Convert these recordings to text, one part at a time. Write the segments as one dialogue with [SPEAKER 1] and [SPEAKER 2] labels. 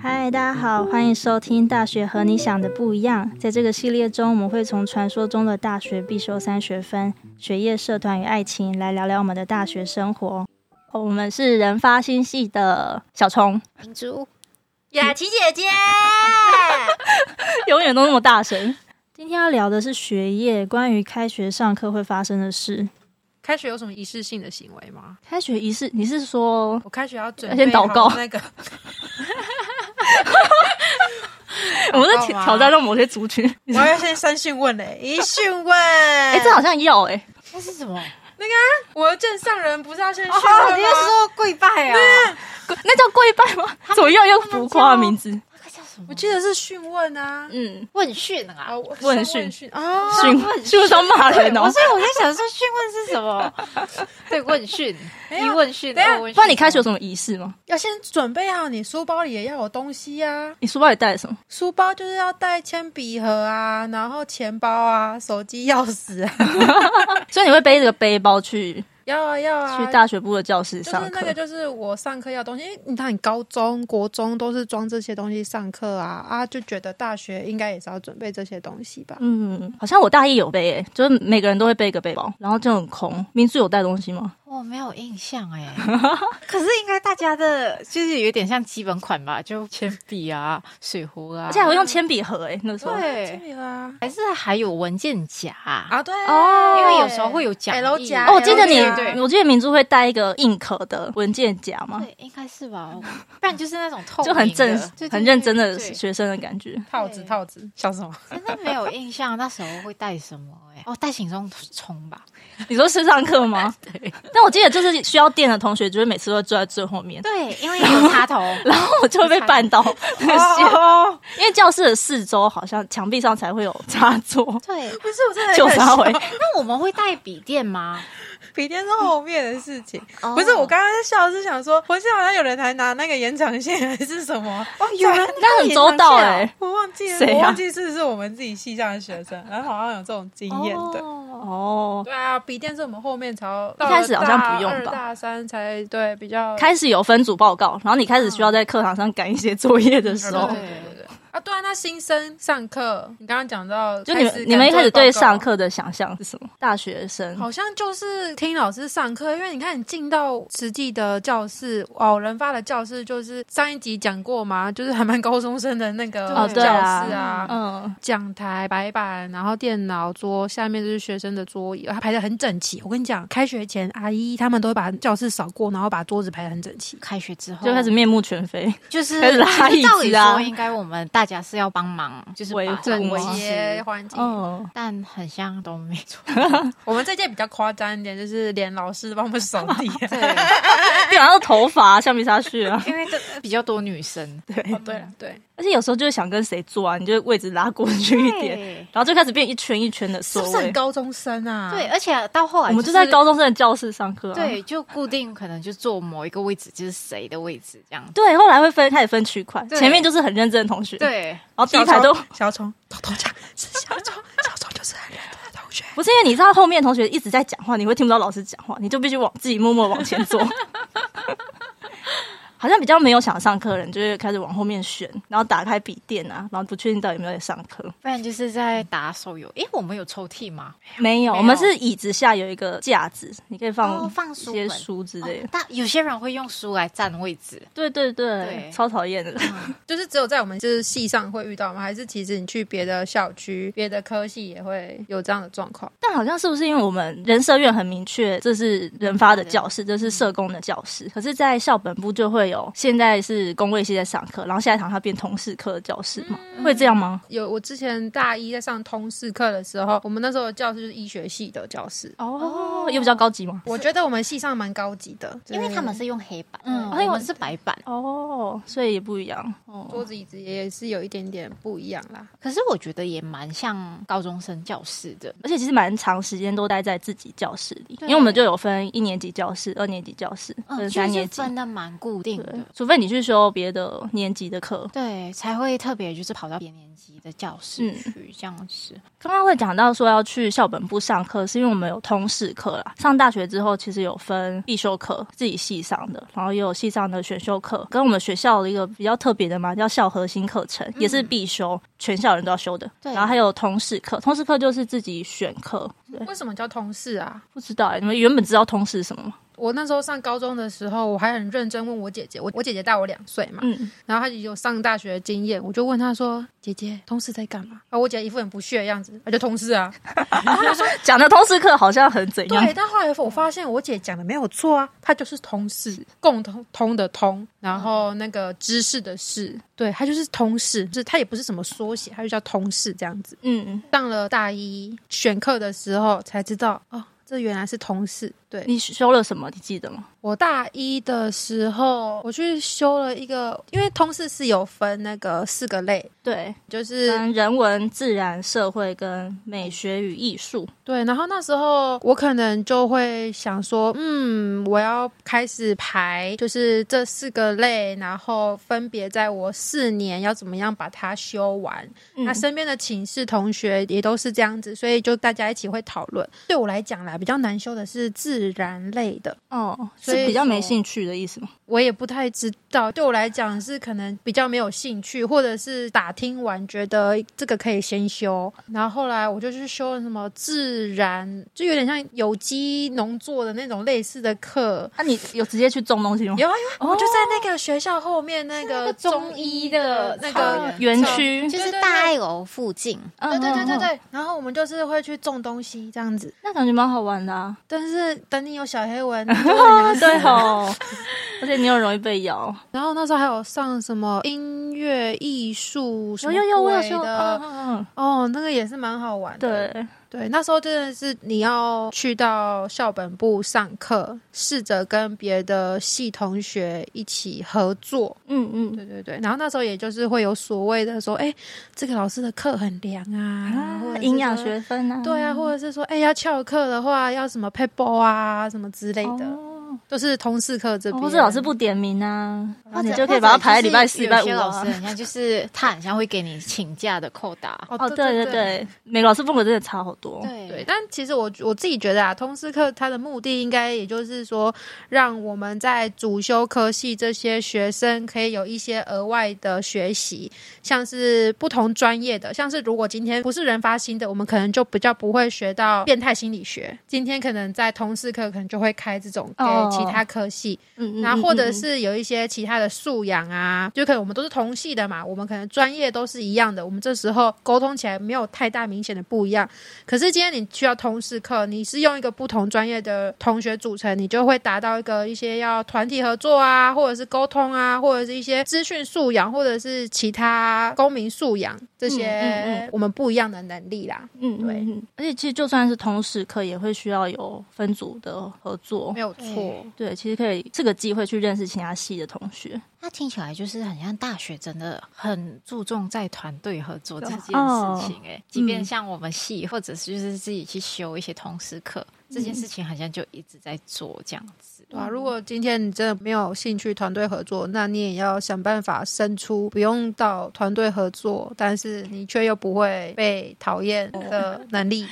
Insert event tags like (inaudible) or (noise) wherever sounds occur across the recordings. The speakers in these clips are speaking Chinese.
[SPEAKER 1] 嗨，大家好，欢迎收听《大学和你想的不一样》。在这个系列中，我们会从传说中的大学必修三学分、学业、社团与爱情来聊聊我们的大学生活。哦我们是人发新系的小虫， (laughs)
[SPEAKER 2] 明珠，
[SPEAKER 3] 雅琪姐姐，
[SPEAKER 1] 永远都那么大声。今天要聊的是学业，关于开学上课会发生的事。
[SPEAKER 3] (laughs) 开学有什么仪式性的行为吗？
[SPEAKER 1] 开学仪式，你是说
[SPEAKER 3] 我开学要准
[SPEAKER 1] 要
[SPEAKER 3] 备
[SPEAKER 1] 先祷告 (laughs)
[SPEAKER 3] 好那个，
[SPEAKER 1] 我们在
[SPEAKER 3] 好
[SPEAKER 1] 挑
[SPEAKER 3] 啊
[SPEAKER 1] 挑战到某些族群？
[SPEAKER 3] 我要先三讯问嘞、一讯问，
[SPEAKER 1] 哎、这好像要哎、
[SPEAKER 2] 那是什么？
[SPEAKER 3] 啊我的正上人不是要先
[SPEAKER 2] (laughs) 哦
[SPEAKER 3] 讯问吗？
[SPEAKER 2] 你是说跪拜啊？
[SPEAKER 1] 那叫跪拜吗？怎么又要浮夸的名字？
[SPEAKER 2] 那个叫什么
[SPEAKER 3] 我？记得是讯问啊，
[SPEAKER 1] 嗯，
[SPEAKER 2] 问讯啊？
[SPEAKER 3] 啊，我
[SPEAKER 1] 问
[SPEAKER 3] 是
[SPEAKER 1] 讯
[SPEAKER 3] 讯啊，
[SPEAKER 1] 询询问上骂人哦
[SPEAKER 2] 我。所以我在想说讯问是
[SPEAKER 1] (laughs)
[SPEAKER 2] 什么？对，问讯，一问讯，
[SPEAKER 3] 等一下
[SPEAKER 2] 二问讯。
[SPEAKER 1] 不然你开学有什么仪式吗？
[SPEAKER 3] 要先准备好你书包里也要有东西啊，
[SPEAKER 1] 你书包里带了什么？
[SPEAKER 3] 书包就是要带铅笔盒啊，然后钱包啊，手机、钥匙
[SPEAKER 1] (laughs)
[SPEAKER 3] 啊，
[SPEAKER 1] 所以你会背着个背包去
[SPEAKER 3] 要啊要啊，
[SPEAKER 1] 去大学部的教室
[SPEAKER 3] 就是
[SPEAKER 1] 上
[SPEAKER 3] 那
[SPEAKER 1] 课
[SPEAKER 3] 个，，就是我上课要的东西，因为你看你高中、国中都是装这些东西上课啊啊，就觉得大学应该也是要准备这些东西吧。
[SPEAKER 1] 嗯，好像我大一有背、欸，就是每个人都会背一个背包，然后就很空。民宿有带东西吗？
[SPEAKER 2] 我没有印象
[SPEAKER 1] (laughs)
[SPEAKER 2] 哎、可是应该大家的就是有点像基本款吧，就铅
[SPEAKER 1] (laughs)
[SPEAKER 2] 笔啊、水壶啊，
[SPEAKER 1] 而且还会用铅笔盒、欸，哎，那时候
[SPEAKER 2] 对，
[SPEAKER 3] 对啊，
[SPEAKER 2] 还是还有文件夹啊，
[SPEAKER 3] 啊对，
[SPEAKER 1] 哦
[SPEAKER 2] 因为有时候会有讲
[SPEAKER 3] L
[SPEAKER 2] 义
[SPEAKER 3] 夹
[SPEAKER 1] 哦，我记得你
[SPEAKER 3] 对，
[SPEAKER 2] 对
[SPEAKER 1] 我记得明珠会带一个硬壳的文件夹嘛，
[SPEAKER 2] 对，应该是吧，不然就是那种透明
[SPEAKER 1] 就
[SPEAKER 2] 的
[SPEAKER 1] 很正、
[SPEAKER 2] 对对
[SPEAKER 1] 很认真的
[SPEAKER 2] 对
[SPEAKER 1] 学生的感觉。
[SPEAKER 3] 套子套子，像什么？
[SPEAKER 2] 真的没有印象那时候会带什么哎、哦，带行动充吧，
[SPEAKER 1] 你说是上课吗？对。但我记得就是需要电的同学，就是每次都会坐在最后面，
[SPEAKER 2] 对，因为有插头，，
[SPEAKER 1] 然后我就会被绊到那线，
[SPEAKER 3] (laughs) 哦，
[SPEAKER 1] 因为教室的四周好像墙壁上才会有插
[SPEAKER 3] (laughs)
[SPEAKER 1] 座
[SPEAKER 2] 对。
[SPEAKER 3] 不是，我真的
[SPEAKER 1] 就
[SPEAKER 3] 很
[SPEAKER 1] 插回。
[SPEAKER 2] 那我们会带笔电吗？
[SPEAKER 3] 笔电是后面的事情，不是我刚刚在笑是想说，我记得好像有人还拿那个延长线还是什么，
[SPEAKER 2] 哦，有人
[SPEAKER 1] 那很周到哎、
[SPEAKER 3] 哦我忘记了，
[SPEAKER 1] 谁啊
[SPEAKER 3] 我忘记是不是我们自己系上的学生，然后好像有这种经验的。
[SPEAKER 2] 哦
[SPEAKER 1] 哦，
[SPEAKER 3] 对啊，笔电是我们后面才要
[SPEAKER 1] 一开始好像不用吧
[SPEAKER 3] 到了大二大三才对比较
[SPEAKER 1] 开始有分组报告，然后你开始需要在课堂上赶一些作业的时候
[SPEAKER 3] 对，对对对啊，对啊，那新生上课，你刚刚讲到，
[SPEAKER 1] 就你
[SPEAKER 3] 开
[SPEAKER 1] 们
[SPEAKER 3] 始
[SPEAKER 1] 你们一开始对上
[SPEAKER 3] 赶作
[SPEAKER 1] 课的想象是什么？大学生
[SPEAKER 3] 业报告，啊好像就是听老师上课，因为你看你进到实际的教室，哦，人发的教室就是上一集讲过嘛， (laughs) 就是还蛮高中生的那个
[SPEAKER 2] 哦
[SPEAKER 3] 教
[SPEAKER 2] 对
[SPEAKER 3] 室
[SPEAKER 1] 啊
[SPEAKER 3] 啊。
[SPEAKER 1] 嗯，
[SPEAKER 3] 讲台、白板，然后电脑桌下面就是学生的桌椅，它排的很整齐。我跟你讲，开学前阿姨他们都会把教室扫过，然后把桌子排的很整齐。
[SPEAKER 2] 开学之后
[SPEAKER 1] 就开始面目全非，
[SPEAKER 2] 就是
[SPEAKER 1] 开始拉椅子啊
[SPEAKER 2] 照理说，应该我们大家是要帮忙，就是
[SPEAKER 1] 维
[SPEAKER 2] 把
[SPEAKER 1] 护
[SPEAKER 2] 维
[SPEAKER 1] 吗
[SPEAKER 2] 持
[SPEAKER 3] 环境
[SPEAKER 1] (laughs) 嗯，
[SPEAKER 2] 但很像都没
[SPEAKER 1] (laughs)
[SPEAKER 2] 做。
[SPEAKER 3] 我们这届比较夸张一点，就是连老师都帮我们扫地。啊
[SPEAKER 2] 对，
[SPEAKER 1] 基本上是头发、橡皮擦屑啊， (laughs)
[SPEAKER 2] 因为这比较多女生，
[SPEAKER 3] 哦， (laughs) 对了，对，
[SPEAKER 1] 而且有时候就会想跟谁坐啊，你就位置拉过去 (laughs) 一点，
[SPEAKER 2] 对
[SPEAKER 1] 然后就开始变一圈一圈的
[SPEAKER 3] 是
[SPEAKER 1] 座
[SPEAKER 3] 不是
[SPEAKER 1] 位
[SPEAKER 3] 很。高中生啊？
[SPEAKER 2] 对，，而且到后来
[SPEAKER 1] 我们就
[SPEAKER 2] 就
[SPEAKER 1] 是在高中生的教室上课、啊，
[SPEAKER 2] 对，就固定可能就坐某一个位置，就是谁的位置这样。
[SPEAKER 1] 对，后来会分开始分区块，
[SPEAKER 2] 对
[SPEAKER 1] 前面就是很认真的同学，，
[SPEAKER 2] 对，
[SPEAKER 1] 然后第
[SPEAKER 3] 小
[SPEAKER 1] 一排
[SPEAKER 3] 虫
[SPEAKER 1] 都
[SPEAKER 3] 小虫偷偷讲，是小虫，小虫就是很认真的同学。
[SPEAKER 1] (laughs) 不是因为你知道后面同学一直在讲话，你会听不到老师讲话，你就必须往自己默默往前坐。 (laughs) 好像比较没有想上课的人，就会开始往后面选，然后打开笔电啊，然后不确定到底有没有在上课。
[SPEAKER 2] 不然就是在打手游。诶，我们有抽屉吗？
[SPEAKER 1] 没有，
[SPEAKER 2] 没有
[SPEAKER 1] 我们是椅子下有一个架子，你可以放、
[SPEAKER 2] 哦放书
[SPEAKER 1] 一些
[SPEAKER 2] 本
[SPEAKER 1] 书之类的。
[SPEAKER 2] 哦但有些人会用书来占位置。
[SPEAKER 1] 对对对，
[SPEAKER 2] 对
[SPEAKER 1] 超讨厌的。
[SPEAKER 3] 就是只有在我们就是系上会遇到吗？还是其实你去别的校区、别的科系也会有这样的状况？
[SPEAKER 1] 但好像是不是因为我们人社院很明确，这是人发的教室，这
[SPEAKER 2] 嗯
[SPEAKER 1] 是社工的教室。可是，在校本部就会有，现在是工卫系在上课，然后下一堂它变通识课的教室嘛？
[SPEAKER 2] 嗯
[SPEAKER 1] 会这样吗？
[SPEAKER 3] 有，我之前大一在上通识课的时候，我们那时候的教室就是医学系的教室。
[SPEAKER 1] 哦哦，有比较高级吗？
[SPEAKER 3] 我觉得我们系上蛮高级的，
[SPEAKER 2] 因为他们是用黑板，
[SPEAKER 1] 嗯
[SPEAKER 2] 嗯，
[SPEAKER 1] 哎
[SPEAKER 2] 我
[SPEAKER 1] 呦
[SPEAKER 2] 们是白板。
[SPEAKER 1] 哦，所以也不一样。哦，
[SPEAKER 3] 桌子椅子也是有一点点不一样啦。
[SPEAKER 2] 可是我觉得也蛮像高中生教室的，
[SPEAKER 1] 而且其实蛮长时间都待在自己教室里，因
[SPEAKER 2] 对
[SPEAKER 1] 为我们就有分一年级教室、二年级教室
[SPEAKER 2] 嗯，
[SPEAKER 1] 跟
[SPEAKER 2] 就
[SPEAKER 1] 三
[SPEAKER 2] 是
[SPEAKER 1] 年级。
[SPEAKER 2] 分的蛮固定
[SPEAKER 1] 对
[SPEAKER 2] 的，，
[SPEAKER 1] 除非你去修别的年级的课。
[SPEAKER 2] 对，才会特别就是跑到别年级的教室
[SPEAKER 1] 嗯
[SPEAKER 2] 去这样子。
[SPEAKER 1] 刚刚会讲到说要去校本部上课，是因为我们有通识课啦。上大学之后，其实有分必修课，自己系上的，然后也有系上的选修课，跟我们学校的一个比较特别的嘛，叫校核心课程，也是必修，全校人都要修的。
[SPEAKER 2] 对
[SPEAKER 1] 然后还有通识课，通识课就是自己选课。对，
[SPEAKER 3] 为什么叫同事啊？
[SPEAKER 1] 不知道、欸、你们原本知道通识是什么吗？
[SPEAKER 3] 我那时候上高中的时候，我还很认真问我姐姐，我我姐姐大我两岁嘛，
[SPEAKER 1] 嗯，
[SPEAKER 3] 然后她有上大学的经验，我就问她说：“姐姐，通识在干嘛？”啊，我姐一副很不屑的样子，啊，就通识啊。
[SPEAKER 1] 讲的通识课好像很怎样
[SPEAKER 3] 对，？但后来我发现我姐讲的没有错啊，她就是通识，共通通的通，然后那个知识的识，对，她就是通识，就是她也不是什么缩写，她就叫通识这样子。
[SPEAKER 1] 嗯，
[SPEAKER 3] 上了大一选课的时候才知道，哦，这原来是通识，对，
[SPEAKER 1] 你修了什么？你记得吗？
[SPEAKER 3] 我大一的时候，我去修了一个，因为通识是有分那个四个类，
[SPEAKER 1] 对，
[SPEAKER 3] 就是
[SPEAKER 1] 跟嗯人文、自然、社会跟美学与艺术。
[SPEAKER 3] 对。然后那时候我可能就会想说，嗯，我要开始排，就是这四个类，然后分别在我四年要怎么样把它修完。
[SPEAKER 1] 嗯
[SPEAKER 3] 那身边的寝室同学也都是这样子，所以就大家一起会讨论。对我来讲啦，比较难修的是自然类的。
[SPEAKER 1] 哦，是
[SPEAKER 3] 所以
[SPEAKER 1] 比较没
[SPEAKER 3] 说
[SPEAKER 1] 兴趣的意思吗？
[SPEAKER 3] 我也不太知道，对我来讲是可能比较没有兴趣，或者是打听完觉得这个可以先修，然后后来我就去修了什么自然，就有点像有机农作的那种类似的课。
[SPEAKER 1] 那、你有直接去种东西吗？
[SPEAKER 3] 有啊有啊，
[SPEAKER 1] 哦
[SPEAKER 3] 我就在那个学校后面那个呃中医的那
[SPEAKER 2] 草
[SPEAKER 3] 个
[SPEAKER 2] 原
[SPEAKER 1] 园区
[SPEAKER 2] 就
[SPEAKER 3] 对
[SPEAKER 2] 是
[SPEAKER 3] 对
[SPEAKER 2] 大
[SPEAKER 3] 对
[SPEAKER 2] 爱楼附近，
[SPEAKER 3] 对对对对
[SPEAKER 1] 嗯，嗯嗯
[SPEAKER 3] 对，然后我们就是会去种东西这样子，
[SPEAKER 1] 那感觉蛮好玩的啊。
[SPEAKER 3] 但是等你有小黑
[SPEAKER 1] (laughs)
[SPEAKER 3] 蚊，
[SPEAKER 1] 对吼， (laughs) 而且你又容易被咬。
[SPEAKER 3] 然后那时候还有上什么音乐艺术什
[SPEAKER 1] 有
[SPEAKER 3] 么
[SPEAKER 1] 有有，我有
[SPEAKER 3] 鬼
[SPEAKER 1] 说，
[SPEAKER 3] 的
[SPEAKER 1] 嗯，嗯嗯，
[SPEAKER 3] 哦，那个也是蛮好玩的。
[SPEAKER 1] 对，
[SPEAKER 3] 对，那时候真的是你要去到校本部上课，试着跟别的系同学一起合作。
[SPEAKER 1] 嗯嗯。
[SPEAKER 3] 对对对，然后那时候也就是会有所谓的说，哎，这个老师的课很凉啊，或者
[SPEAKER 1] 啊，
[SPEAKER 3] 是
[SPEAKER 1] 营养
[SPEAKER 3] 说。
[SPEAKER 1] 学分啊，
[SPEAKER 3] 对啊，或者是说，哎，要翘课的话，要什么 p a p e 啊，什么之类的，
[SPEAKER 1] 哦，
[SPEAKER 3] 都是通识课这边。
[SPEAKER 1] 或是老师不点名啊，然后
[SPEAKER 2] 或
[SPEAKER 1] 你
[SPEAKER 2] 者
[SPEAKER 1] 就可以
[SPEAKER 2] 或
[SPEAKER 1] 把它
[SPEAKER 2] 者
[SPEAKER 1] 排在
[SPEAKER 2] 嗯就
[SPEAKER 1] 礼拜
[SPEAKER 2] 是
[SPEAKER 1] 四、礼
[SPEAKER 2] 有
[SPEAKER 1] 拜
[SPEAKER 2] 些
[SPEAKER 1] 五
[SPEAKER 2] 老师
[SPEAKER 1] 啊。
[SPEAKER 2] 很像就是他很像会给你请假的扣打。
[SPEAKER 3] 哦
[SPEAKER 1] 哦，对对对，每个老师风格真的差好多。
[SPEAKER 2] 对
[SPEAKER 3] 对，但其实我我自己觉得啊，通识课它的目的应该也就是说，让我们在主修科系这些学生可以有一些额外的学习，像是不同专业的，像是如果今天不是人发心的，我们可能就比较不会学到变态心理学。今天可能在通识课可能就会开这种给
[SPEAKER 1] 哦
[SPEAKER 3] 其他科系，
[SPEAKER 1] 嗯嗯，
[SPEAKER 3] 那或者
[SPEAKER 1] 嗯
[SPEAKER 3] 是有一些其他的素养啊，就可能我们都是同系的嘛，我们可能专业都是一样的，我们这时候沟通起来没有太大明显的不一样。可是今天你需要通识课，你是用一个不同专业的同学组成，你就会达到一个一些要团体合作啊，或者是沟通啊，或者是一些资讯素养，或者是其他公民素养这
[SPEAKER 1] 嗯嗯
[SPEAKER 3] 些我们不一样的能力啦，
[SPEAKER 1] 嗯嗯
[SPEAKER 3] 对
[SPEAKER 1] 嗯嗯，而且其实就算是通识课，也会需要有分组的合作
[SPEAKER 3] 没。有错
[SPEAKER 2] 对。
[SPEAKER 1] 对，其实可以这个机会去认识其他系的同学。
[SPEAKER 2] 那听起来就是很像大学，真的很注重在团队合作这件事
[SPEAKER 1] 哦
[SPEAKER 2] 情、哎、即便像我们系，或者是就是自己去修一些通识课，这件事情好像就一直在做这样子。
[SPEAKER 3] 对啊，如果今天你真的没有兴趣团队合作，那你也要想办法生出不用到团队合作，但是你却又不会被讨厌的能力。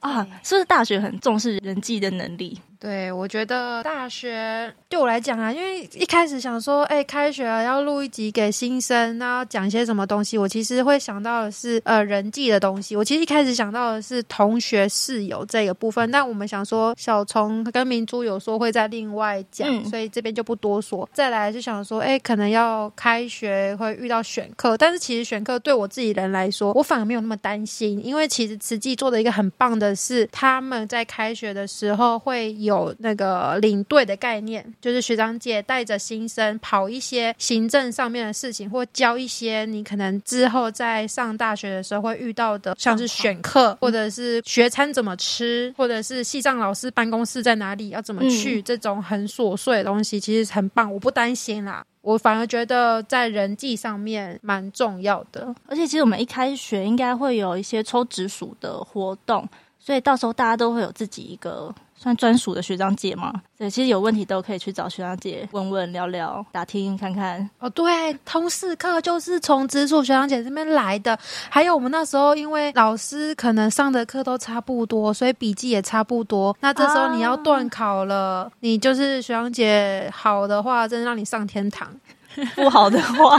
[SPEAKER 1] 啊，是不是大学很重视人际的能力？
[SPEAKER 3] 对，我觉得大学对我来讲啊，因为一开始想说，哎，开学了要录一集给新生，那要讲些什么东西？我其实会想到的是，呃，人际的东西。我其实一开始想到的是同学室友这个部分，但我们想说，小虫跟明珠有说会在另外讲，
[SPEAKER 1] 嗯
[SPEAKER 3] 所以这边就不多说。再来是想说，哎，可能要开学会遇到选课，但是其实选课对我自己人来说，我反而没有那么担心，因为其实慈济做的一个很棒的是，他们在开学的时候会有。有那个领队的概念，就是学长姐带着新生跑一些行政上面的事情，或教一些你可能之后在上大学的时候会遇到的，像是选课，或者是学餐怎么吃，或者是系上老师办公室在哪里，要怎么去，这种很琐碎的东西，其实很棒，我不担心啦。我反而觉得在人际上面蛮重要的，
[SPEAKER 1] 而且其实我们一开学应该会有一些抽直属的活动，所以到时候大家都会有自己一个算专属的学长姐嘛。对，其实有问题都可以去找学长姐问问、聊聊、打听看看。
[SPEAKER 3] 哦，对，通识课就是从直属学长姐这边来的。还有我们那时候，因为老师可能上的课都差不多，所以笔记也差不多。那这时候你要断考了，你就是学长姐好的话，真的让你上天堂。
[SPEAKER 1] 不好的
[SPEAKER 3] (laughs)
[SPEAKER 1] 话，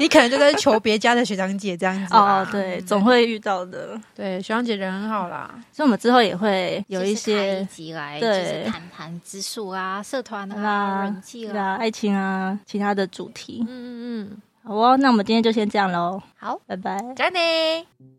[SPEAKER 3] 你可能就跟求别家的学长姐这样子啦
[SPEAKER 1] 哦，对，总会遇到的。
[SPEAKER 3] 对，学长姐人很好啦。
[SPEAKER 1] 所以我们之后也会有一
[SPEAKER 2] 就是开一
[SPEAKER 1] 些
[SPEAKER 2] 集来，就
[SPEAKER 1] 对
[SPEAKER 2] 是谈谈直属啊、社团啊、
[SPEAKER 1] 啦
[SPEAKER 2] 人、际
[SPEAKER 1] 对
[SPEAKER 2] 啦。
[SPEAKER 1] 啊、爱情啊、其他的主题。
[SPEAKER 3] 嗯嗯嗯，
[SPEAKER 1] 好哦，那我们今天就先这样喽，
[SPEAKER 2] 好，
[SPEAKER 1] 拜拜。
[SPEAKER 2] 哎
[SPEAKER 3] 加你。